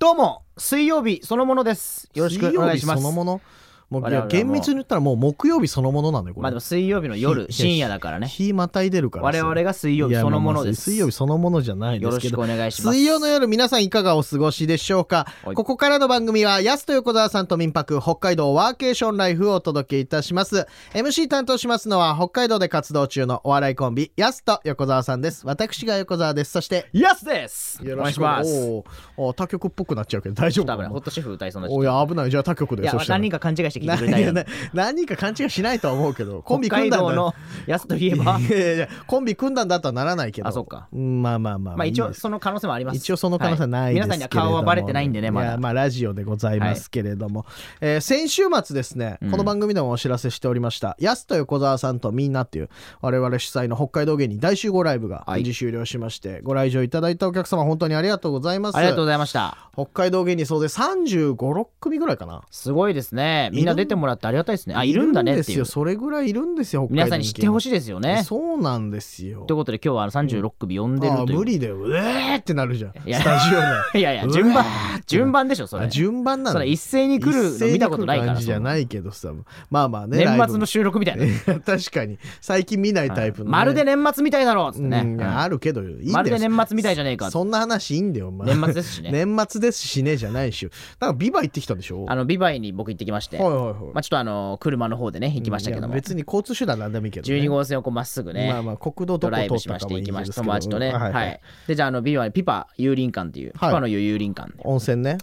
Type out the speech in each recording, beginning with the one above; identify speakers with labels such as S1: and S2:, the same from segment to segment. S1: どうも水曜日そのものですよろしくお願いします
S2: 水曜日そのものもうい
S1: 我々はも
S2: や
S1: う
S2: 厳密に言ったらもう木曜日そのものなんだよこれ、
S1: まあでも水曜日の夜
S2: ひ
S1: 深夜だからね
S2: 日またいでるから
S1: 我
S2: さ
S1: 々が水曜日そのものです
S2: いやまあまあ水曜日そのものじゃないで
S1: よ
S2: す
S1: ろ
S2: け
S1: し
S2: ど
S1: くお願いします
S2: 水曜の夜皆さんいかがお過ごしでしょうか
S1: はい
S2: ここからの番組はやすと横澤さんと民泊北海道ワーケーションライフをお届けいたします MC 担当しますのは北海道で活動中のお笑いコンビやすと横澤さんです私が横澤ですそして
S1: ヤスですお
S2: よ
S1: 願
S2: ろ
S1: い
S2: し
S1: し
S2: く
S1: ます
S2: おーおー他局っぽくなっちゃうけど大丈夫
S1: ダ
S2: か
S1: メだ
S2: な
S1: ホットシェフ歌いそうな
S2: おいや危ないじゃあ他局
S1: い
S2: で
S1: や
S2: そしたら
S1: 何人か勘違いして聞いてくれた
S2: 何
S1: よ
S2: 何何か勘違いしないとは思うけどコンビ
S1: 北
S2: 組
S1: 海
S2: んだん
S1: 道
S2: だ
S1: のヤスといえば
S2: いやいやいやコンビ組んだんだとはならないけど
S1: あそっか
S2: うんまあまあまあ
S1: まあ一
S2: いい
S1: 応
S2: です
S1: その可能性もあります
S2: 一応その可能性はないですけれども、
S1: 皆さんには顔はバレてないんでねま
S2: いや
S1: だ
S2: まあラジオでございますけれども、えー先週末ですね、
S1: うん
S2: この番組でもお知らせしておりましたやすと横澤さんとみんなっていう我々主催の北海道芸人大集合ライブが
S1: はい
S2: 無事終了しまして、ご来場いただいたお客様本当にありがとうございます
S1: ありがとうございました
S2: 北海道芸人総勢3 5 6組ぐらいかな
S1: すごいですねみんな出てもらってありがたいですねあいるんだねって
S2: い
S1: いう
S2: る
S1: ん
S2: ですよそれぐらいいるんですよ北海道
S1: 皆さんに知ってほしいですよね
S2: そうなんですよ
S1: ということで今日はあの36組呼んでる
S2: ああ
S1: という
S2: 無理だようえーってなるじゃんス
S1: いや
S2: タジオの
S1: いやいうや
S2: わー
S1: 順番順番でしょそ
S2: あ
S1: れ
S2: 順番な
S1: そ
S2: の
S1: れ一斉に来るの見たことないから
S2: 一斉に来る感じじゃないけどさまあまあね
S1: 年末の
S2: ラ
S1: 収録みたい
S2: イ
S1: な
S2: ブ 確かに最近見ないタイプのね、
S1: まるで年末みたいだろっつってね、
S2: うんあるけどいいんだよ
S1: まるで年末みたいじゃねえか
S2: そんな話いいんだよお前
S1: 年末ですしね
S2: 年末ですしねじゃないしなんかビバ行ってきたんでしょ
S1: あのビバイに僕行ってきまして、
S2: はいはいはい、
S1: まあ、ちょっとあの車の方でね行きましたけど
S2: いや
S1: も、
S2: 別に交通手段なんでもいいけど、ね、
S1: 12号線をこうまっすぐね、
S2: まあまあ国道ど
S1: ドライ
S2: こ
S1: ブ
S2: 通
S1: し
S2: っ
S1: ま
S2: た
S1: し
S2: かも
S1: て
S2: い
S1: い
S2: い
S1: き
S2: ん
S1: ま
S2: で
S1: し
S2: す
S1: た
S2: けど
S1: 友達とね、
S2: うん
S1: はいでじゃああのビバイピパ遊林館っていう、
S2: はい
S1: ピパの湯遊林館で
S2: 温泉ね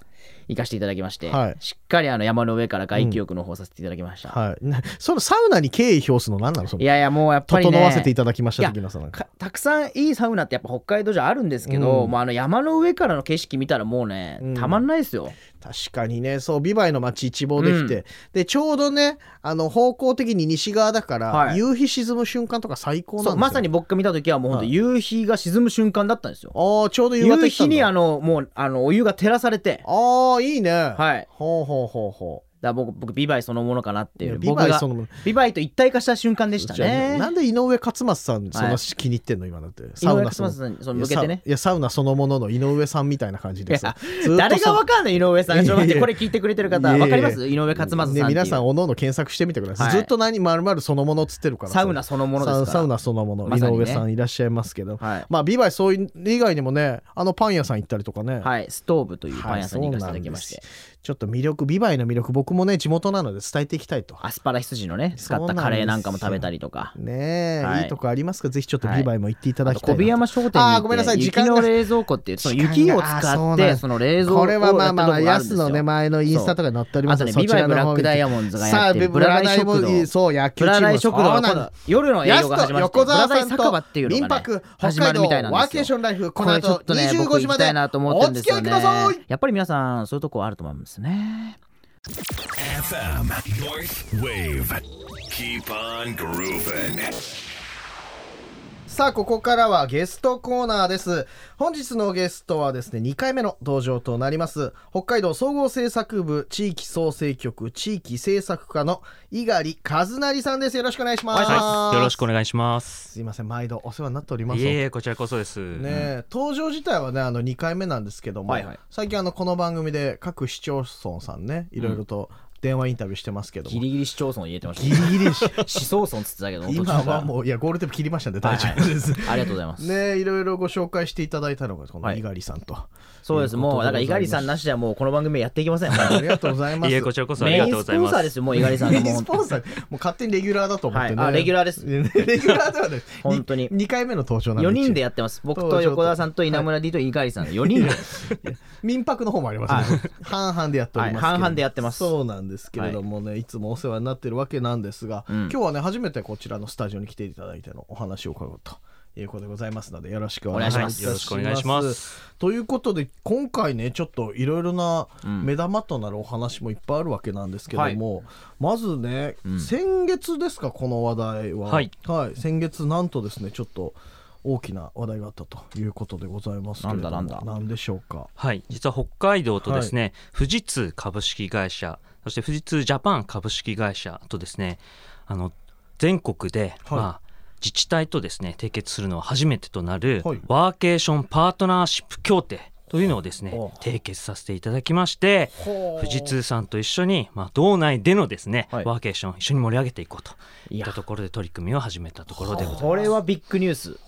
S1: 行かせていただきまして、
S2: はい
S1: しっかりあの山の上から外気浴の方させていただきました、
S2: はい なそのサウナに敬意表すの何なのその
S1: いやいやもうやっぱりね
S2: 整わせていただきまし
S1: い
S2: た
S1: や
S2: 的なさなんか
S1: かたくさんいいサウナってやっぱ北海道じゃあるんですけど、
S2: うん
S1: もうあの山の上からの景色見たらもうね、
S2: うん
S1: たまんないですよ
S2: 確かにねそうビバイの街一望できて、
S1: う
S2: でちょうどねあの方向的に西側だから、
S1: はい
S2: 夕日沈む瞬間とか最高なんです
S1: そう
S2: よ
S1: まさに僕が見た時はもうほんと
S2: はい
S1: 夕日が沈む瞬間だったんですよ、
S2: ああちょうど夕方
S1: 夕
S2: 来た
S1: 日
S2: ん
S1: にあ
S2: だ
S1: のもうあのお湯が照らされて
S2: ああいいねはい
S1: はいだか
S2: ほうほうほうほ
S1: ら僕僕ビバイそのものかなっ
S2: う
S1: て
S2: い
S1: い
S2: や
S1: う
S2: ビバイそのもの
S1: 僕がビバイと一体化した瞬間でした
S2: じゃあ
S1: ね
S2: なんで井上勝松さんそ
S1: は
S2: の
S1: い
S2: 気に入ってんの今だって
S1: サ
S2: サ
S1: ウ
S2: ウ
S1: ナ
S2: ナ
S1: そ
S2: その
S1: のに
S2: いや
S1: 向けてね
S2: サウいやサウナそのものの井上さんみたいな感じでさずっとさ
S1: 誰がわかんない井上さんちょっと待っ
S2: いやい
S1: て
S2: や
S1: これ聞いてくれてる方
S2: いやいや
S1: わかります井上勝正さんっていう
S2: ね、皆さんおのおの検索してみてください、
S1: はい
S2: ずっと何まるまるそのものっつってるから
S1: サウナそのものですから
S2: サウナそのもの、
S1: まさにね
S2: 井上さんいらっしゃいますけど、
S1: はい
S2: まあビバイそういう以外にもねあのパン屋さん行ったりとかね、
S1: はいストーブというパン屋さんに行かせていただきまして
S2: はいそうなんですちょっと魅力ビバイの魅力僕もね地元なので伝えていきたいと
S1: アスパラ羊のね使
S2: そう
S1: っ
S2: な
S1: た
S2: んですよ
S1: カレーなんかも食べたりとか
S2: ねえ、、
S1: はいい
S2: いとこありますかぜひちょっとビバイも行っていただ
S1: あ
S2: き
S1: と
S2: たい
S1: 小
S2: な
S1: 宮山商店に行って
S2: あーごめんなさい時間
S1: 雪
S2: が
S1: の冷蔵庫っていうその
S2: 時間が
S1: 雪を
S2: あー
S1: 使
S2: そ
S1: っ
S2: うなん
S1: て
S2: だ
S1: その冷蔵庫
S2: これはまあまあまあ
S1: や
S2: ヤ
S1: って
S2: ス
S1: るとこがあるんですよ
S2: のね前のインスタとかに載っております
S1: あとね
S2: そちらの
S1: ビバイブラックダイヤモンドがやってる
S2: さあブラダイも
S1: ブラダイ食堂
S2: そう野
S1: プ
S2: 球チーム
S1: ラダイ食堂
S2: そ
S1: の
S2: うな
S1: こ
S2: んだ
S1: の夜の営
S2: や
S1: 業
S2: す
S1: が始まって
S2: と横
S1: プラ
S2: 澤
S1: ダイ
S2: さん
S1: 酒場
S2: と
S1: っていう
S2: 民
S1: のが、ね、
S2: 泊北
S1: 始ま
S2: 海
S1: る
S2: 道
S1: みたいなん
S2: ワー
S1: で
S2: ケー
S1: す
S2: ショ
S1: よ
S2: ンライフこ
S1: こ
S2: の
S1: れちょ
S2: 後
S1: っとね僕
S2: 25時
S1: 行
S2: ま
S1: きた
S2: で
S1: いなと思って
S2: お
S1: るんで
S2: 付
S1: すよ
S2: き合いく
S1: ね
S2: ださい
S1: やっぱり皆さんそういうとこあると思うんですね
S3: FM North Wave. Keep on grooving.
S2: さあここからはゲストコーナーです本日のゲストはですね2回目の登場となります北海道総合制作部地域創生局地域制作課の猪狩和成さんですよろしくお願いします、
S4: はい、よろしくお願いします。
S2: すいません毎度お世話になっております
S4: いえいえ、こちらこそです。
S2: ねえ登場自体はねあの2回目なんですけども、
S1: はいはい
S2: 最近あのこの番組で各市町村さんねいろいろと電話インタビューしてますけども、
S1: ギリギリ市町村言えてました
S2: ギリギリし
S1: 市町村っつってたけど
S2: 今はもういやゴールテープ切りましたんで大丈夫です、
S1: ありがとうございます、
S2: ねえいろいろご紹介していただいたのがこの
S1: はい
S2: 猪狩さんと、
S1: そうですもうだから猪狩さんなしではもうこの番組やっていきません
S2: ありがとうございま
S4: い
S2: す
S4: えいえ、こちらこそあり
S1: メ
S4: が
S1: イ
S4: とう
S1: ン
S4: ご
S1: ス
S4: ざい
S1: ポン
S4: ま
S1: サー
S4: す。
S1: ですよもう猪狩さんが もう
S2: スポンサーもう勝手にレギュラーだと思ってね、
S1: はいあレギュラーです
S2: レギュラーではない
S1: 本当に
S2: 2回目の登場なんで
S1: 4人でやってます僕と横田さんと稲村 D と猪狩さん4人 で
S2: 民泊の方もありますね、半々でやっておりますけれ
S1: は
S2: ども、
S1: い半々でやってます
S2: そうなんですけれどもね、い、つもお世話になってるわけなんですが、
S1: ん
S2: 今日はね初めてこちらのスタジオに来ていただいてのお話を伺うということでございますのでよろしくお願いします
S1: お願いします
S4: よろしくお願いします
S2: ということで今回ねちょっといろいろな目玉となるお話もいっぱいあるわけなんですけども、まずね、先月ですかこの話題は
S4: はい、
S2: 先月なんとですねちょっと大きな話題があったということでございますけれども
S1: なんだなんだ
S2: なんでしょうか
S4: はい、実は北海道とですね、富士通株式会社、そして富士通ジャパン株式会社とですね、あの全国で、
S2: はい
S4: まあ自治体とですね締結するのは初めてとなる
S2: はい
S4: ワーケーションパートナーシップ協定というのをですね
S2: お
S4: 締結させていただきまして
S2: ほう
S4: 富士通さんと一緒に、まあ、道内でのですね、
S1: はい
S4: ワーケーション一緒に盛り上げていこうと
S1: い
S4: いっ
S1: や
S4: たところで取り組みを始めたところでございます。
S1: これはビッグニュース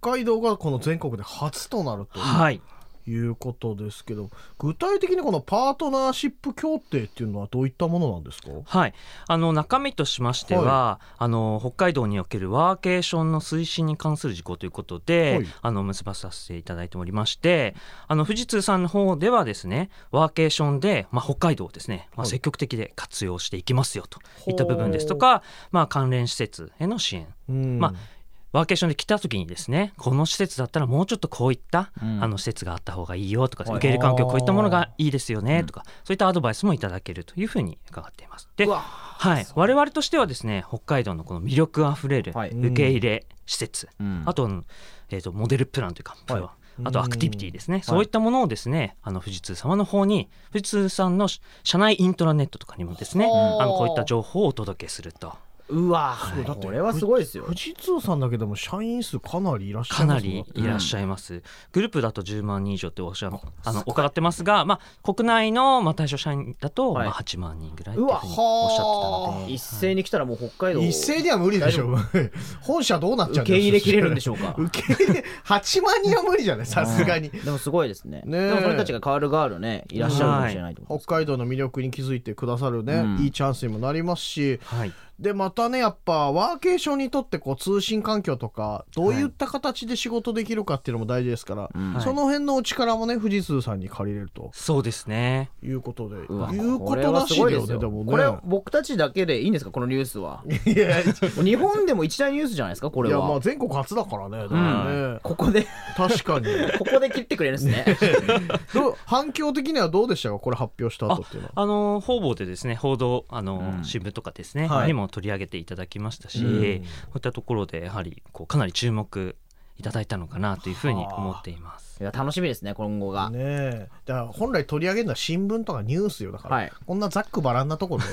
S2: 北海道がこの全国で初となると
S4: はい
S2: いうことですけど具体的にこのパートナーシップ協定っていうのはどういったものなんですか
S4: はい、あの中身としましては、
S2: は
S4: あの北海道におけるワーケーションの推進に関する事項ということで、
S2: はい
S4: あの結ばさせていただいておりましてあの富士通さんの方ではですねワーケーションで、まあ、北海道をですね、まあ、積極的で活用していきますよといった部分ですとか、まあ、関連施設への支援
S2: うん
S4: まあワーケーションで来た時にですねこの施設だったらもうちょっとこういった、
S1: うん
S4: あの施設があった方がいいよとか
S1: はい
S4: 受け入れ環境こういったものがいいですよねとか、そういったアドバイスもいただけるというふうに伺っています。で、はい、我々としてはですね北海道のこの魅力あふれる
S1: はい
S4: 受け入れ施設、
S1: うん
S4: あと,、えー、とモデルプランというか、
S1: はい
S4: あとアクティビティですね、そういったものをですねあの富士通様の方に富士通さんの社内イントラネットとかにもですね、
S2: はあ
S4: あのこういった情報をお届けすると。
S1: うわ
S2: ごいだって
S1: これはすごいですよ
S2: 富士通さんだけでも社員数かなりいらっしゃ
S4: か
S2: いま
S4: な
S2: すもん
S4: りいらっしゃいます、グループだと10万人以上っておっしゃあの伺ってますが、まあ、国内の、まあ、対象社員だと、
S1: はい
S4: まあ、8万人ぐらいっていう
S1: うわ
S4: ふうにおっしゃってたので
S1: 一斉に来たらもう北海道
S2: 一斉には無理でしょ 本社どうなっちゃ
S1: 受
S2: う
S1: け
S2: ん
S1: 入れきれるんでしょ
S2: ょ
S1: うか
S2: 受け入れ8万人は無理じゃ ないさすがに
S1: うんでもすごいですね
S2: ねえ
S1: でもこれたちが変わる変わるねいらっしゃるかもしれないってこと
S2: 北海道の魅力に気づいてくださるね、
S1: うん
S2: いいチャンスにもなりますし
S4: はい、
S2: でまたねやっぱワーケーションにとってこう通信環境とかどういった形で仕事できるかっていうのも大事ですから、
S1: うん
S2: その辺のお力もね富士通さんに借りれると
S4: そうですね
S2: いうことで
S1: うわ
S2: いうこ
S1: れ
S2: とら
S1: はす
S2: しい
S1: ご
S2: よ
S1: い
S2: ね
S1: です
S2: で
S1: よ
S2: もね
S1: これは僕たちだけでいいんですかこのニュースは
S2: いやい
S1: 日本でも一大ニュースじゃないですかこれ
S2: やまあ
S1: は
S2: 全国初だからねでもね、
S1: ここで
S2: 確かに
S1: ここで切ってくれるんですね
S2: どう反響的にはどうでしたかこれ発表した後っていうのは
S4: あの方々でですね報道あの、
S1: うん
S4: 新聞とかですね、
S2: はい
S4: にも取り上げていただきましたし、
S2: うん
S4: こういったところでやはりこうかなり注目いただいたのかなというふうに思っています。
S1: いや楽しみですね今後が
S2: ねえだから本来取り上げるのは新聞とかニュースよだから、
S1: はい
S2: こんなざっくばらんなところ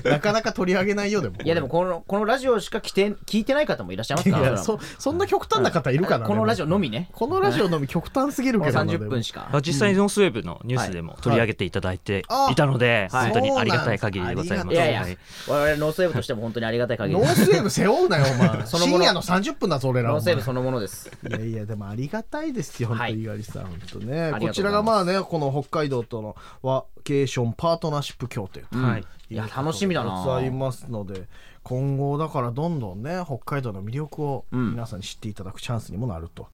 S2: で なかなか取り上げないよでも
S1: いやでもこのこのラジオしか来て聞いてない方もいらっしゃいますか
S2: い
S1: ら
S2: やそそんな極端な方いるかな、
S1: このラジオのみ
S2: ね
S1: ね
S2: このラジオのみ極端すぎる
S1: こ
S2: け
S1: の
S2: どな
S1: 30分しか
S4: まあ実際ノースウェブのニュースでも取り上げていただいていたので、
S1: うんはい
S4: 本当にありがたい限りでございます。
S1: いやいや
S4: は、
S1: 我々ノースウェーブとしても本当にありがたい限り
S2: ノ
S1: で
S2: ー
S1: す。
S2: スウェーブ背負うなよお 前
S1: そのもの
S2: 深夜の30分だぞ俺らお
S1: ノースウェ
S2: 前
S1: ーブそのものです。
S2: いやいやでもありがたいですよ本当
S1: はい
S2: にガリさん本当ね
S1: ありがとうご
S2: こち
S1: ざいます
S2: らがまあねこの北海道とのワーケーションパートナーシップ協定と
S4: はい
S1: いや楽しみだな
S2: ございますので今後だからどんどんね北海道の魅力を
S1: うん
S2: 皆さんに知っていただくチャンスにもなると、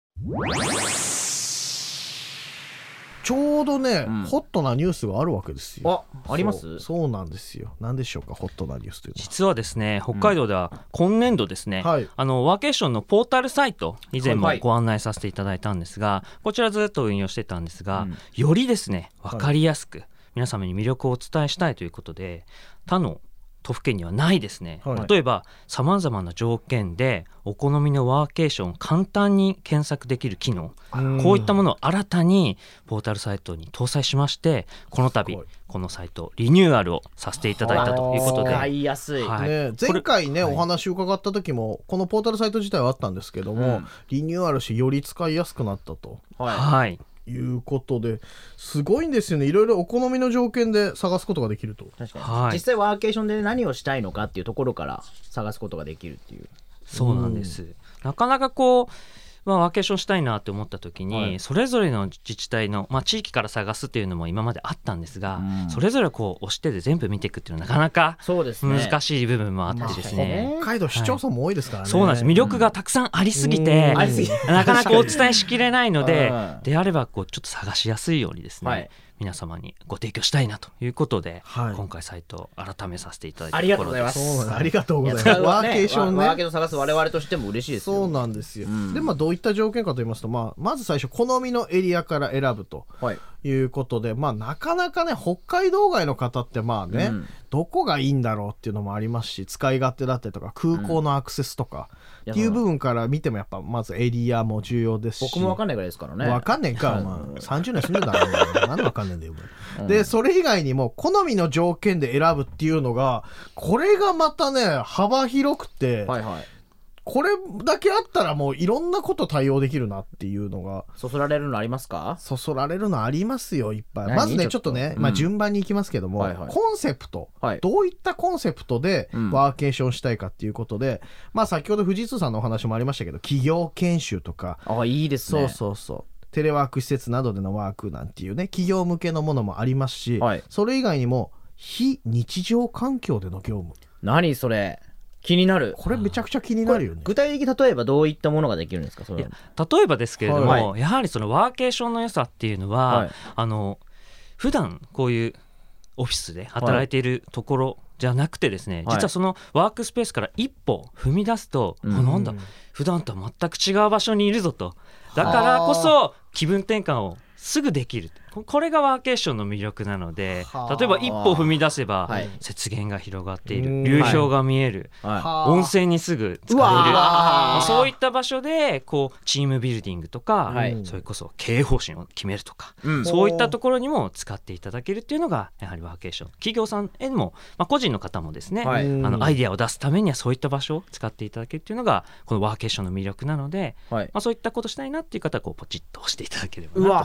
S2: ちょうどね、
S1: うん
S2: ホットなニュースがあるわけですよ
S1: あ、ありま
S2: そう
S1: す？
S2: そうなんですよ何でしょうかホットなニュースというのは
S4: 実はですね北海道では今年度ですね、
S2: はい
S4: あのワーケーションのポータルサイト以前も
S1: はい
S4: ご案内させていただいたんですがこちらずっと運用してたんですが、
S1: うん
S4: よりですね分かりやすく皆様に魅力をお伝えしたいということで他の都府県にはないですね、
S2: はい
S4: 例えばさまざまな条件でお好みのワーケーションを簡単に検索できる機能
S2: うん
S4: こういったものを新たにポータルサイトに搭載しましてこの
S2: す
S4: 度
S2: ごい
S4: このサイトリニューアルをさせていただいたということで。
S1: 使いやすい。
S4: はい
S2: ね、
S4: これ
S2: 前回ね、お話伺った時もこのポータルサイト自体はあったんですけども、
S1: うん
S2: リニューアルしてより使いやすくなったと
S1: は
S4: はい、
S2: いうことですごいんですよねいろいろお好みの条件で探すことができると
S1: い。確か
S4: は
S1: に。
S4: い
S1: 実際ワーケーションで何をしたいのかっていうところから探すことができるっていう。
S4: そうなんです。なかなかこうまあ、ワーケーションしたいなって思った時に、
S1: はい
S4: それぞれの自治体の、まあ、地域から探すっていうのも今まであったんですが、
S1: うん
S4: それぞれこう押してで全部見ていくっていうのはなかなか
S1: そうですね。
S4: 難しい部分もあってですね。
S1: まあ
S2: 北海道市町村も多いですからね、
S4: そうなんです魅力がたくさんありすぎて、
S2: うん
S1: ありすぎ
S4: なかなかお伝えしきれない ので
S1: うん
S4: であればこうちょっと探しやすいようにですね、
S1: はい
S4: 皆様にご提供したいなということで、
S2: はい
S4: 今回サイトを改めさせていただいた
S1: あ
S4: と
S1: りがと
S4: こ
S1: う
S4: ろ
S1: ご
S4: で
S1: ざい
S4: す
S1: ます。
S2: そうなんありがとうございます
S1: や使う
S2: ワーケーションね
S1: ワワーケーション探す我々としても嬉しいですよ。
S2: そうなんですよ、
S1: うん
S2: でまあどういった条件かと言いますと、まあ、まず最初好みのエリアから選ぶと
S1: はい。
S2: いうことで、まあ、なかなかね北海道外の方ってまあね、
S1: うん
S2: どこがいいんだろうっていうのもありますし使い勝手だったりとか空港のアクセスとか
S1: うん
S2: っていう部分から見てもやっぱまずエリアも重要ですし
S1: 僕もわかんないぐらいですからね。
S2: わかんねえか、お前。30年住んでたら、お前なんでわかんねえんだよ、お前。
S1: う
S2: で、
S1: ん
S2: それ以外にも、好みの条件で選ぶっていうのが、これがまたね、幅広くて、
S1: はいはい。
S2: これだけあったらもういろんなこと対応できるなっていうのが
S1: そそられるのありますか
S2: そそられるのありますよいっぱい
S1: 何
S2: まずね
S1: ち
S2: ち
S1: ょ
S2: ょ
S1: っ
S2: っ
S1: と
S2: とね、
S1: うん
S2: まあ、順番に行きますけども、
S1: はいはい
S2: コンセプト、
S1: はい
S2: どういったコンセプトで
S1: うん
S2: ワーケーションしたいかっていうことで、まあ先ほど藤津さんのお話もありましたけど企業研修とか
S1: あいいですね
S2: そうそうそう。テレワーク施設などでのワークなんていうね、企業向けのものもありますし、
S1: はい
S2: それ以外にも、非日常環境での業務。
S1: 何それ気になる
S2: これめちゃくちゃ気になるよね。
S1: 具体的に例えばどういったものができるんですかそ
S4: い
S1: れ
S4: や例えばですけれども、
S1: は
S4: やはりそのワーケーションの良さっていうのは、
S1: はい
S4: あの普段こういうオフィスで働いているところじゃなくてです
S1: は
S4: ね、
S1: い
S4: 実はそのワークスペースから一歩踏み出すと、
S1: うん
S4: あなんだ普段とは全く違う場所にいるぞとだからこそ気分転換をすぐできるここれがワーケーションの魅力なので
S2: はあ
S4: 例えば一歩踏み出せば、
S1: はい
S4: 雪原が広がってい
S2: うん
S4: る流氷が見える、
S1: は
S2: はあ
S4: 温泉にすぐ使
S1: うわ
S4: え
S1: ー
S4: るまあそうい
S2: い
S4: った場所でこうチームビルディングとか、
S1: はい
S4: それこそ経営方針を決めるとか、
S1: い、うん
S2: そ
S4: そういったところにも使っていただけるっていうのがやはりワーケーション企業さんへも、まあ、個人の方もですね、
S1: はい
S4: あのアイデアを出すためにはそういった場所を使っていただけるっていうのがこのワーケーションの魅力なので、
S1: はい
S4: まあ、そういったことしたいなっていう方はこうポチッと押していただければ
S1: う
S4: なと
S1: わ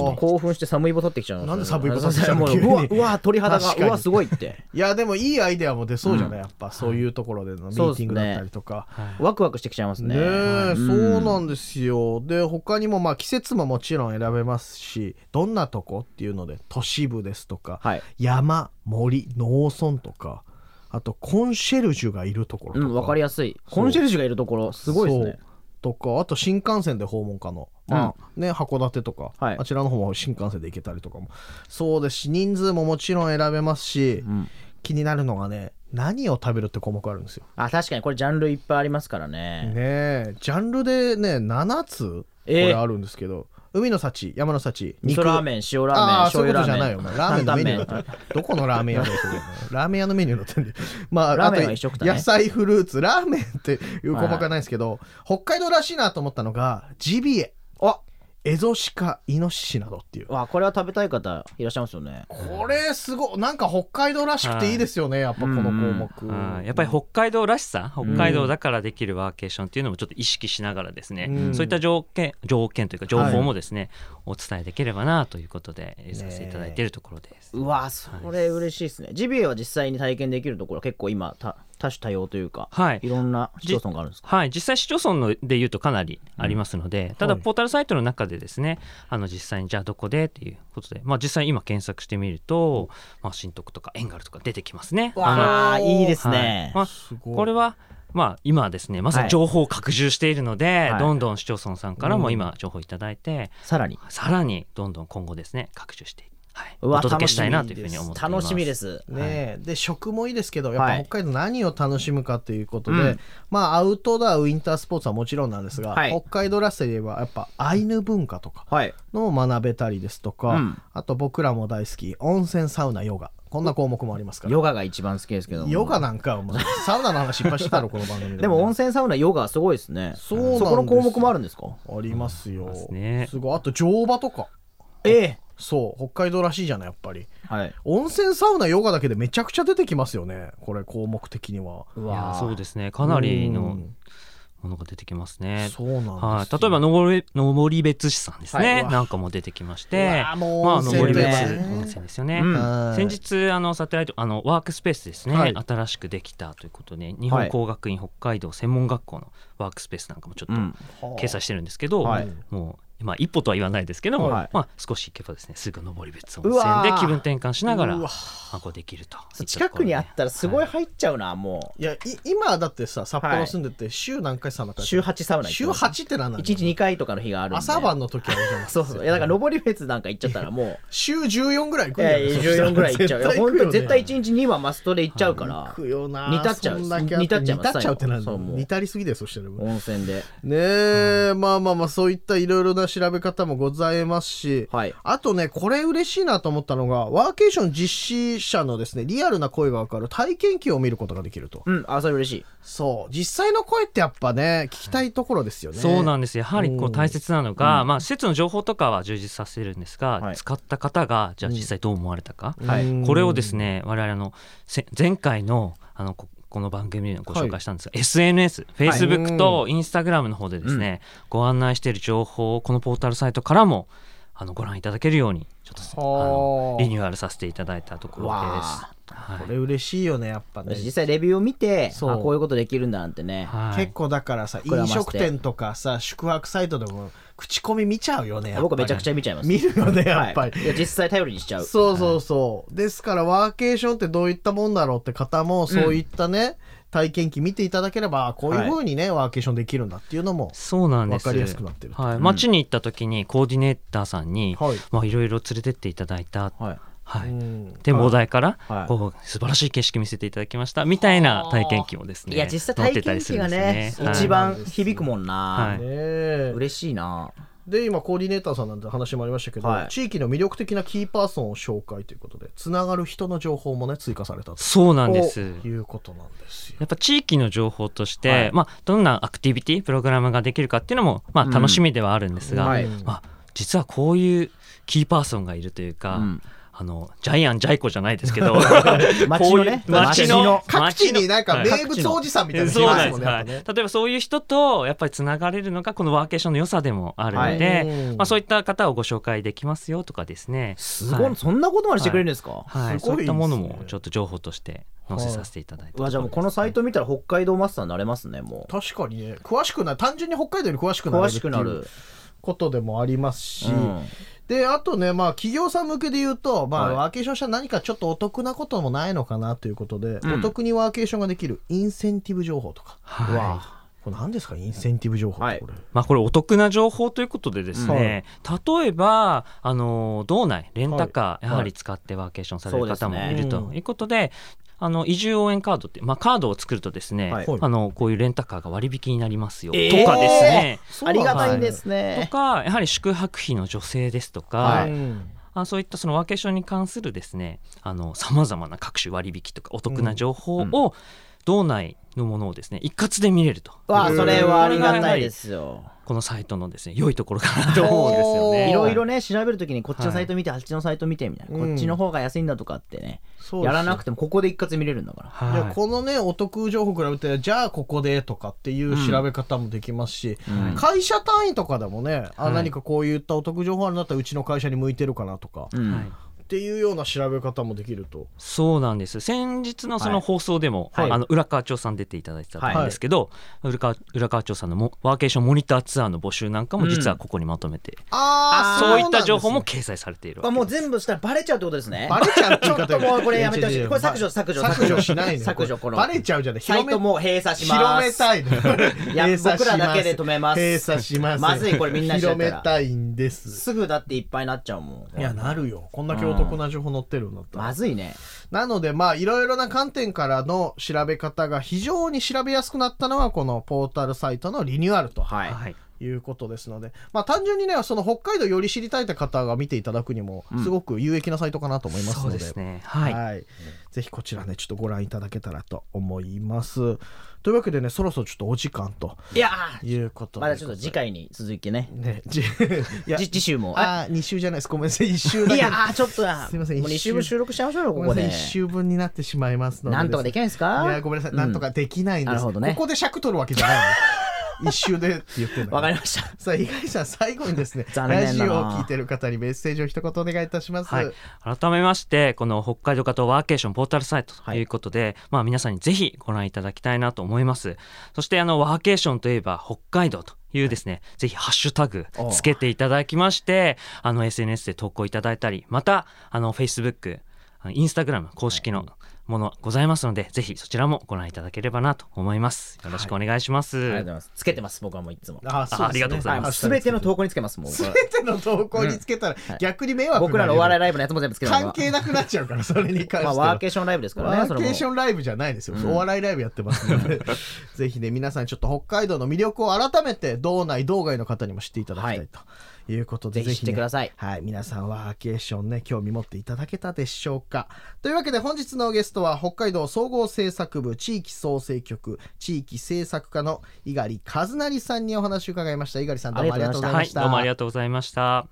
S4: う
S2: はあ
S1: 興奮して寒い棒取ってきちゃうの
S2: なんで寒い棒取ってきた の
S1: もう
S2: 急に
S1: うわうわ鳥肌が
S2: 確か
S1: う
S2: に
S1: わすごいって
S2: いやでもいいアイデアも出そうじゃない、
S1: う
S2: やっぱそういうところでのミ
S1: そう
S2: ー
S1: です
S2: テ
S1: ね
S2: ィングだったりとか。
S4: はい
S1: ワクワクしてきちゃいますね
S2: ねえ、
S1: ん
S2: そうなんですよで他にもまあ季節ももちろん選べますしどんなとこっていうので都市部ですとか、
S1: はい
S2: 山森農村とかあとコンシェルジュがいるところと
S1: う
S2: か、
S1: ん、わかりやすい。コンシェルジュがいるところ、すごいですね。
S2: そうとかあと新幹線で訪問可能、まあね、函館とか、
S1: はい
S2: あちらの方も新幹線で行けたりとかもそうですし人数ももちろん選べますし、
S1: うん
S2: 気になるのがね何を食べるって項目あるんですよ。
S1: あ、確かにこれジャンルいっぱいありますからね。
S2: ねえジャンルでね7つこ
S1: えー
S2: れあるんですけど、海の幸山の幸
S1: 味噌ラーメン、塩ラーメン、
S2: ああ
S1: 醤
S2: そういう
S1: 油
S2: こと
S1: ラ
S2: じゃない
S1: ー
S2: よお
S1: メ
S2: 前
S1: ン。
S2: ラーメンのメニュ
S1: 担
S2: ーだ
S1: 々
S2: ったどこのラーメン屋だよそれラーメン屋のメニューだったんでまあ
S1: ラーメンは
S2: あと
S1: 一緒くたね
S2: 野菜フルーツラーメンっていう細かないですけど北海道らしいなと思ったのがジビエあエゾシカイノシシなどっていう
S1: うわ、これは食べたい方いらっしゃいますよね。
S2: これすごいなんか北海道らしくていいですよねやっぱこの項
S4: うん
S2: 目
S4: やっぱり北海道らしさ北海道だからできるワーケーションっていうのもちょっと意識しながらですね、
S2: うん
S4: そういった条件条件というか情報もですね、お伝えできればなということでえーさせていただいているところです。
S1: うわ、それ嬉しいですね。ジビエは実際に体験できるところ、結構今、た多種多様というか、
S4: はい
S1: いろんな市町村があるんですか。
S4: はい、実際市町村のでいうとかなりありますので、ただ
S2: はい
S4: ポータルサイトの中でですねあの実際にじゃあどこでっていうことで、まあ、実際今検索してみると、まあ、新徳とかエンガルとか出てきますね。あの
S1: ああ、
S2: うん
S1: いいです
S4: はい
S1: ね。
S4: まあ
S2: ごい
S4: これはまあ今はですねまさ
S1: は
S4: に
S1: い
S4: 情報を拡充しているので、
S1: はい
S4: どんどん市町村さんからも今情報いただいて、
S1: さらに。
S4: さらにどんどん今後ですね拡充して、はい、
S1: うわ、楽
S4: お届けし
S1: した
S4: い
S1: み
S4: なというふう
S1: で
S4: に思って
S1: す。
S4: います
S1: 楽しみです。
S2: ねえで食もいいですけどやっぱ
S1: はい
S2: 北海道何を楽しむかということで、
S1: うん
S2: まあアウトドアウィンタースポーツはもちろんなんですが、
S1: はい
S2: 北海道らしさで言えばやっぱアイヌ文化とか
S1: はい。
S2: のを学べたりですとか、
S1: うん
S2: あと僕らも大好き温泉サウナヨガこんな項目もありますから
S1: ヨガが一番好きですけども。
S2: ヨガなんかはもうサウナの話いっぱいしてたろこの番 組
S1: でも温
S2: 泉
S1: 泉サウナ、ヨガはすごいですね。
S2: そうなんです
S1: そこの項目もあるんですか
S2: ありますよ、
S4: すね
S2: すごいあと乗馬とか
S1: ええ。
S2: そう北海道らしいじゃないやっぱり
S1: はい。
S2: 温泉サウナヨガだけでめちゃくちゃ出てきますよねこれ項目的には
S1: う
S4: いや
S1: わ
S4: そうですねかなり
S2: う
S4: の
S2: ん
S4: ものが出てきますね。
S2: そうなんですよ
S4: はい、例えば登り登別市さんですね、
S1: はいう
S2: わ
S4: なんかも出てきまし
S2: う
S4: て
S2: わもう
S4: まあ、
S2: 温
S1: 泉
S4: 登別
S1: だよね
S4: 温泉ですよね、
S1: うん
S2: はい
S4: 先日あのサテライトあのワークスペースですね、
S2: はい
S4: 新しくできたということで日
S1: は
S4: 本
S1: い
S4: 工学院北海道専門学校のワークスペースなんかもちょ
S1: う
S4: っ
S1: ん。
S4: と掲載してるんですけど、
S1: はい
S4: もう、まあ、一歩とは言わないですけども、
S1: はい
S4: まあ、少し行けばですねすぐ登別温
S1: うわ
S4: 泉
S1: ー
S4: で気分転換しながら
S2: うわ
S4: まあこうできるといったところで
S1: 近くにあったらすごい
S4: は
S1: 入っちゃうな、も
S2: いやい今だってさ札幌住んでて週何回サウナ
S1: う
S2: か
S1: 週8サウナ行って
S2: 週
S1: ます
S2: 8って何なの
S1: 1日2回とかの日があるんで
S2: 朝晩の時はあるじゃない
S1: そうそういやだから上りフェスなんか行っちゃったらもう
S2: 週14ぐらい行く
S1: い
S2: ん
S1: や
S2: だ
S1: い
S2: よ
S1: や14ぐらい行っちゃういや本当絶対
S2: 日
S1: 1日2はマストで行っちゃうから、
S2: 行くよな
S1: 煮立っちゃう
S2: そんだけあ
S1: 煮立っちゃい
S2: 煮
S1: ます
S2: 立っちゃうってなんだ
S1: そう
S2: よ
S1: もう
S2: 煮立りすぎだよそしたら
S1: 温泉で
S2: ねえ、まあまあまあそういったいろいろな調べ方もございますし、
S1: はい
S2: あとねこれ嬉しいなと思ったのがワーケーション実施者のですねリアルな声が分かる体験記を見ることができると、
S1: うんあそれ嬉しい
S2: そう実際の声ってやっぱね聞きたいところですよね、
S4: そうなんですやはりこ
S2: う
S4: うん大切なのが、まあ、施設の情報とかは充実させるんですが、
S1: はい
S4: 使った方がじゃあ実際どう思われたか、
S1: はい
S2: うん
S4: これをですね我々のせ前回のあのここの番組でご紹介したんですが、SNS、Facebook と Instagram の方でですね、ご案内している情報をこのポータルサイトからもあのご覧いただけるようにちょっとですねあの
S2: はあ
S4: リニューアルさせていただいたところです
S2: わ。
S4: はい
S2: これ嬉しいよねやっぱね
S1: 私実際レビューを見て
S2: そう
S1: あこういうことできるんだなんてね
S4: はい
S2: 結構だからさ
S1: らま
S2: 飲
S1: して
S2: 食店とかさ宿泊サイトでも口コミ見ちゃうよねやっぱ
S1: 僕はめちゃくちゃ見ちゃいます
S2: 見るよねやっぱり、
S1: はいいや実際頼りにしちゃう
S2: そうそうそう、ですからワーケーションってどういったもんだろうって方もそういったね、体験記見ていただければあこういうふうにね、ワーケーションできるんだっていうのも
S4: そうなんです
S2: わかりやすくなってると
S4: はい、街に行った時にコーディネーターさんに、
S2: はい
S4: まあ、いろいろ連れてっていただいた、はい
S1: はい
S2: うん
S4: 展望台から、
S1: はい
S4: こう素晴らしい景色見せていただきましたみたいな体験記もですね
S1: いや実際体験記がね
S4: 載ってたりす
S1: 一
S4: るんですねはい
S1: 番響くもんな
S4: はい
S2: ねえ
S1: 嬉しいな
S2: で今コーディネーターさんなんて話もありましたけど、
S1: はい
S2: 地域の魅力的なキーパーソンを紹介ということでつながる人の情報もね追加されたと
S4: そうなんです
S2: いうことなんですよ
S4: やっぱ地域の情報として、
S1: はい
S4: まあ、どんなアクティビティプログラムができるかっていうのも、まあ、
S1: うん
S4: 楽しみではあるんですが、
S1: はい
S4: まあ、実はこういうキーパーソンがいるというか、
S1: うん
S4: あのジャイアンジャイコじゃないですけど
S1: 街のね
S4: こういう街の
S2: 各地になんか
S4: 街の
S2: 名物おじさんみたいな人
S4: そ
S2: いうま
S4: な
S2: す
S4: ん
S2: も
S4: で
S2: ん
S4: す、
S2: ねやっぱ
S4: は
S2: ね
S4: い例えばそういう人とやっぱりつながれるのがこのワーケーションの良さでもあるので、
S2: はい
S4: まあ、そういった方をご紹介できますよとかですね
S1: すごいそんなことまでしてくれるんですか
S4: はい、はい
S2: すご
S4: そ
S2: いうですね
S4: いったものもちょっと情報として載せさせていただいて、
S1: うわじゃあもうこのサイト見たら北海道マスターになれますねも
S2: 確かにね詳しくない単純に北海道に詳しく
S1: う
S2: なる
S1: 詳
S2: ってい
S1: しくな
S2: う
S1: る
S2: ことでもありますし、
S1: うん
S2: であとねまあ企業さん向けで言うと、まあ
S1: はい
S2: ワーケーションしたら何かちょっとお得なこともないのかなということで、
S1: うん
S2: お得にワーケーションができるインセンティブ情報とか、
S4: はいう
S2: わこれ何ですかインセンティブ情報って
S1: はい
S2: これ、
S4: まあ、これお得な情報ということでですね、例えばあの道内レンタカーやはり使ってワーケーションされる方もいる
S2: そうです
S4: と
S2: ね
S4: いうことで。あの移住応援カードって、まあ、カードを作るとですね、
S1: はい
S4: あのこういうレンタカーが割引になりますよ、
S1: えー
S4: とかですね、
S1: ありがたいで
S2: ね。
S1: す
S4: と
S1: ね
S4: かやはり宿泊費の助成ですとか、
S1: はい
S2: うん
S4: あそういったそのワーケーションに関するですねさまざまな各種割引とかお得な情報
S1: うん
S4: を道内のものをですね一括で見れると
S1: わあそれはありがたいですすよ
S4: このサイトのですね良いところかなと思うんですよ
S2: おー
S4: ね
S1: いろいろね調べるときにこっちのサイト見て、あっちのサイト見てみたいな、
S2: うん
S1: こっちの方が安いんだとかってね
S2: そう
S1: やらなく
S2: て
S1: てもここで一括見れるんだから
S4: はい
S2: いやこのねお得情報比べてじゃあここでとかっていう調べ方もできますし、
S1: うん
S2: 会社単位とかでもね、あ
S4: はい
S2: 何かこういったお得情報あるんだったらうちの会社に向いてるかなとか、
S1: うん
S4: はい
S2: っていうような調べ方もできると
S4: そうなんです先日のそ
S1: は
S4: の
S1: い
S4: 放送でも、
S2: はい
S4: あの浦川町さん出ていただいてたと思
S1: は
S4: う
S1: い
S4: んですけど、浦川浦川町さんのモワーケーションモニターツアーの募集なんかも実はここにまとめて、
S2: あ
S4: そういった情報も掲載されている
S1: これ
S4: わ
S1: も
S4: け
S1: う
S4: です
S1: 全部したらバレちゃうってことですね
S2: バレちゃうって
S1: ち
S2: 言
S1: ょ
S2: い
S1: っと
S2: 方
S1: もうこれやめてほ
S2: い
S1: し
S2: や違
S1: いうこれ削除削除
S2: 削除しないの
S1: 削除この
S2: バレちゃうじゃない
S1: サイトもう閉鎖します
S2: 広めたいの
S1: いや
S2: 閉鎖します
S1: 僕らだけで止めます
S2: 閉鎖します
S1: まずいこれみんなしちゃ
S2: 広
S1: ったら
S2: めたいんです
S1: すぐだっていっぱいになっちゃうもん
S2: いやなるよこんだけお得な情報載ってるんだったら
S1: まずいね
S2: なのでまあいろいろな観点からの調べ方が非常に調べやすくなったのはこのポータルサイトのリニューアルと
S1: はい、
S4: はい
S2: いうことですので、まあ、単純にねその北海道より知りたいって方が見ていただくにも
S1: ん
S2: すごく有益なサイトかなと思います
S4: そ
S2: の
S4: う
S2: で。
S4: ですねはい、
S2: ぜひこちらねちょっとご覧いただけたらと思います。というわけでねそろそろちょっとお時間と
S1: いやー
S2: いうことで
S1: まだちょっと次回に続いてね
S2: ねじ いや
S1: じ次週もあ
S2: あー二週じゃないですごめんなさい一週だ
S1: い
S2: け
S1: やーちょっとな
S2: すいません
S1: もう2
S2: 一周
S1: 週分収録しちゃいましょうよ
S2: ご
S1: こ
S2: め
S1: こ
S2: んな
S1: で
S2: さい一週分になってしまいますので
S1: なんとかできないですか
S2: いやごめんなさい、なんとかできないんで
S1: な
S2: す
S1: るほどね
S2: ここで尺取るわけじゃないの一周でって言ってんだ
S1: わかり
S2: ら
S1: ました
S2: さあ東さん最後にですね
S1: 残念
S2: ラ
S1: だ
S2: ジ
S1: な
S2: オを聞いてる方にメッセージを一言お願いいたします、
S4: はい、改めましてこの北海道型ワーケーションポータルサイトということで、まあ、皆さんにぜひご覧いただきたいなと思いますそしてあのワーケーションといえば北海道というですね、ぜひハッシュタグ
S1: おう
S4: つけていただきましてあの SNS で投稿いただいたりまたあの Facebook あの Instagram 公式のものございますので、ぜひそちらもご覧いただければなと思いますよろしくお願いします、
S1: ありがとうございます。つけてます、僕はもういつも。
S2: あ
S4: あありがとうござい
S1: は
S4: ま
S1: い、
S4: す
S1: すべての投稿につけます、もう。
S2: すべての投稿につけたら
S1: い
S2: 逆に迷惑
S1: 僕らのお笑い
S2: い
S1: ライブのやつも全部つけてます。
S2: 関係なくなっちゃうからそれに関して
S1: ま
S2: は
S1: あ、ワーケーションライブですからね、
S2: ワーケーショ
S1: ン
S2: ンライブじゃないですよ、お笑いライブやってます のでぜひね皆さんちょっと北海道の魅力を改めて道内道外の方にも知っていただきた
S1: はいい
S2: ということで、
S1: ぜひ知ってください
S2: ねはい皆さんワーケーションね興味持っていただけたでしょうかというわけで本日のゲストは北海道総合政策部地域創生局地域政策課の猪狩和成さんにお話を伺いました猪狩さんどうもありがとうございま
S4: はい
S2: した
S4: どうもありがとうございました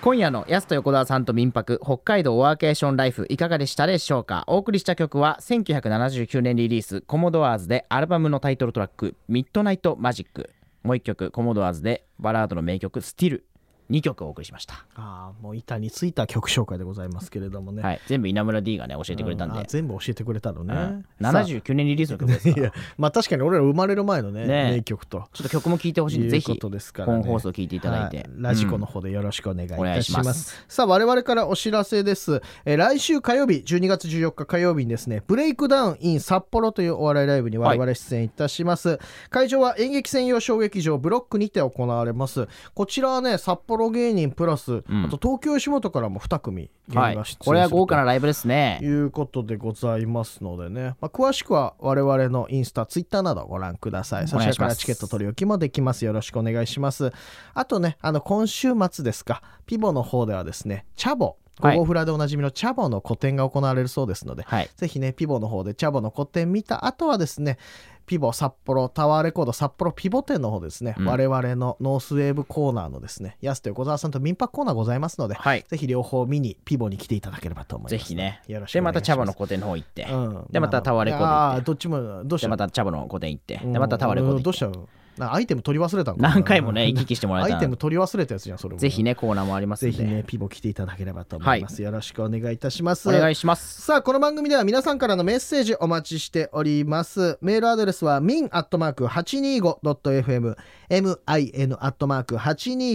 S1: 今夜の安と横澤さんと民泊北海道ワーケーションライフいかがでしたでしょうかお送りした曲は1979年リリースコモドアーズでアルバムのタイトルトラック「ミッドナイトマジック」もう1曲コモドアーズでバラードの名曲「スティル」2曲お送りしました、
S2: ああもう板についた曲紹介でございますけれどもね、
S1: はい、全部稲村 D がね教えてくれたん
S2: う
S1: で、
S2: あ全部教えてくれたのね、
S1: うん
S2: さあ
S1: 79年リリースの曲ですか
S2: い
S1: ら
S2: やまあ確かに俺ら生まれる前のね
S1: ねえ
S2: 名曲と
S1: ちょっと曲も聴いてほしいんでぜ
S2: いうこ
S1: ひ
S2: とですからね
S1: 本放送聴いていただいて、
S2: はラジコの
S1: うん
S2: 方でよろしくお願いい
S1: お願
S2: た
S1: いし
S2: します,、
S1: ます
S2: さあ我々からお知らせです、えー来週火曜日12月14日火曜日にですねブレイクダウン in 札幌というお笑いライブに我々出演いたします、会場は演劇専用小劇場ブロックにて行われますこちらはね札幌芸人プラス、
S1: ん
S2: あと東京吉本からも2組芸人が
S1: は
S2: 出
S1: い
S2: 演する、と
S1: これは豪華なライブです
S2: と
S1: ね
S2: いうことでございますのでね、まあ、詳しくは我々のインスタ、ツイッターなどをご覧ください。そ
S1: 願い
S2: ち
S1: しま
S2: ら
S1: す
S2: からチケット取り置きもできます。よろしくお願いします。あとね、あの今週末ですか、ピボの方ではですね、チャボ、ゴ
S1: はい
S2: ゴフラでおなじみのチャボの個展が行われるそうですので、
S1: はい
S2: ぜひね、ピボの方でチャボの個展見た後はですね、ピボ札幌タワーレコード札幌ピボ店の方ですね、
S1: うん
S2: 我々のノースウェーブコーナーのですね、安と横澤さんと民泊コーナーございますので、
S1: はい
S2: ぜひ両方見にピボに来ていただければと思います。
S1: ぜひね
S2: よろしく
S1: で
S2: お願
S1: ま
S2: いします
S1: た茶葉の個展の方行って、
S2: うん
S1: でまたタワーレコード
S2: まあ
S1: 行
S2: ま
S1: っ
S2: ああ
S1: て
S2: ーどっちもどうし
S1: で
S2: た
S1: またチャボの個展行って、でまたタワーレコード
S2: うん
S1: 行
S2: ど
S1: っ
S2: うした
S1: て、
S2: のなアイテム取り忘れたのか
S1: 何回もね行き来してもらえた
S2: ア
S1: ら
S2: イテム取り忘れたやつじゃんそれも
S1: ぜひねコーナーもあります
S2: ぜ
S1: んで
S2: ひねピボ来ていただければと思います、よろしくお願いいたします
S1: お願いします
S2: さあこの番組では皆さんからのメッセージお待ちしておりますメールアドレスは min.825.fm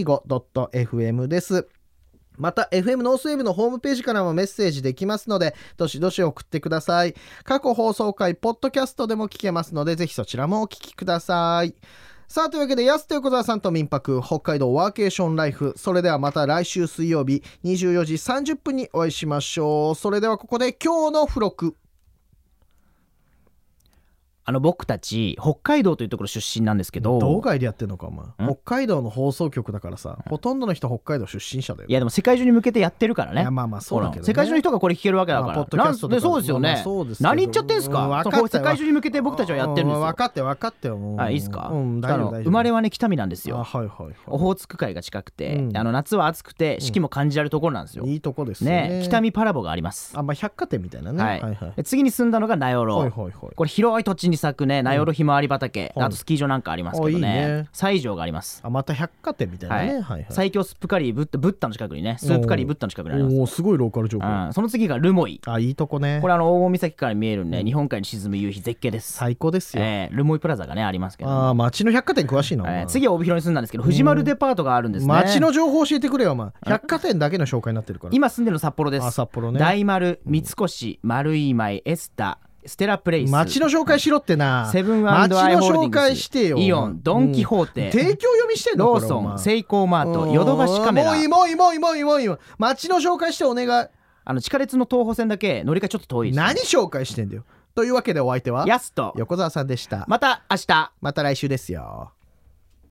S2: min.825.fm ですまた FM ノースウェーブのホームページからもメッセージできますのでどしどし送ってください過去放送回ポッドキャストでも聞けますのでぜひそちらもお聞きくださいさあというわけで安と横澤さんと民泊北海道ワーケーションライフそれではまた来週水曜日24時30分にお会いしましょうそれではここで今日の付録
S1: あの僕たち北海道というところ出身なんですけど
S2: 道外でやってんのかお前北海道の放送局だからさほとんどの人北海道出身者だよ
S1: いやでも世界中に向けてやってるから
S2: い
S1: ね
S2: やまあまあそうだけ
S1: ほ
S2: どね
S1: ら世界中の人がこれ聞けるわけだ
S2: ま
S1: か
S2: あ
S1: ら、
S2: ポッドキャストとか
S1: なんでそうですよね、
S2: まあそうですけど
S1: 何言っちゃってんす
S2: うん
S1: か
S2: 分か
S1: そ
S2: ったよ
S1: こ世界中に向けて僕たちはやってるんですよ、
S2: 分かって分かってよもう
S1: あいいですか、
S2: うん大
S1: あ
S2: 丈
S1: の
S2: 夫大丈夫
S1: 生まれはね北見なんです
S2: あ
S1: よ
S2: はいはいはい
S1: オホーツク海が近くて、
S2: うん
S1: あの夏は暑くて四季も感じられるところなんですよ、
S2: いいとこですよね
S1: ね北見パラボがあります、
S2: あまあ百貨店みたいなね
S1: は
S2: はい
S1: い
S2: はい
S1: で次に住んだのが名寄、
S2: はいはいはい
S1: これ広い土地に咲くね名寄ひまわり畑、
S2: はい
S1: あとスキー場なんかありますけどね,、
S2: あいいね
S1: 西条があります
S2: あまた百貨店みたいなね
S1: は
S2: はいいはい
S1: 最強スープカリーブッブッダの近くにねスープカリーブッダの近くにあります、
S2: おおすごいローカル情報
S1: うん、その次がルモイ
S2: あいいとこね
S1: これあの黄金岬から見えるね、日本海に沈む夕日絶景です、
S2: 最高ですよ
S1: えールモイプラザがねありますけど、
S2: ああ町の百貨店詳しいなお
S1: え
S2: 前
S1: ー次は帯広に住んだんですけど藤丸デパートがあるんですね
S2: 町の情報教えてくれよお前百貨店だけの紹介になってるから
S1: 今住んでるの札幌で
S2: あ
S1: す
S2: 札幌ね
S1: 大丸三越丸井舞エスタステラプレイス
S2: 町の紹介しろってな
S1: セブンアイ・ホールディングス
S2: 町の紹介してよ
S1: イオンドン・キホー
S2: うん
S1: テ、
S2: 提供読みしてんの
S1: ロ
S2: こ
S1: ー
S2: れ
S1: ソ
S2: お前
S1: ンセイコーマートヨドバシカメラ
S2: もういいもういいもういいもういいもういいもう街の紹介してお願い
S1: あの地下鉄の東宝線だけ乗り換えちょっと遠いです、
S2: 何紹介してんだよというわけでお相手は
S1: やすと
S2: 横澤さんでしたま
S1: また明日
S2: また来週ですよ